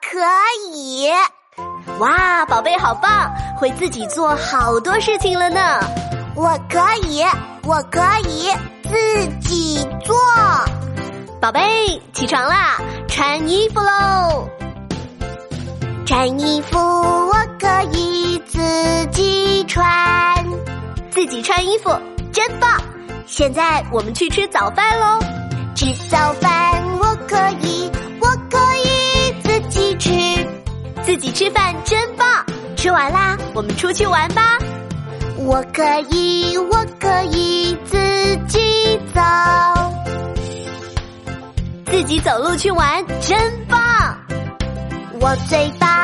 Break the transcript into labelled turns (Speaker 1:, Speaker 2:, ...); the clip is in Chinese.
Speaker 1: 可以！哇，宝贝好棒，会自己做好多事情了呢。
Speaker 2: 我可以，我可以自己做。
Speaker 1: 宝贝，起床啦，哦穿衣服喽！
Speaker 2: 穿衣服我可以自己穿，
Speaker 1: 自己穿衣服真棒！现在我们去吃早饭喽。
Speaker 2: 吃早饭我可以，我可以自己吃，
Speaker 1: 自己吃饭真棒！吃完啦，我们出去玩吧。
Speaker 2: 我可以，我可以自己走，
Speaker 1: 自己走路去玩真棒！
Speaker 2: 我最棒。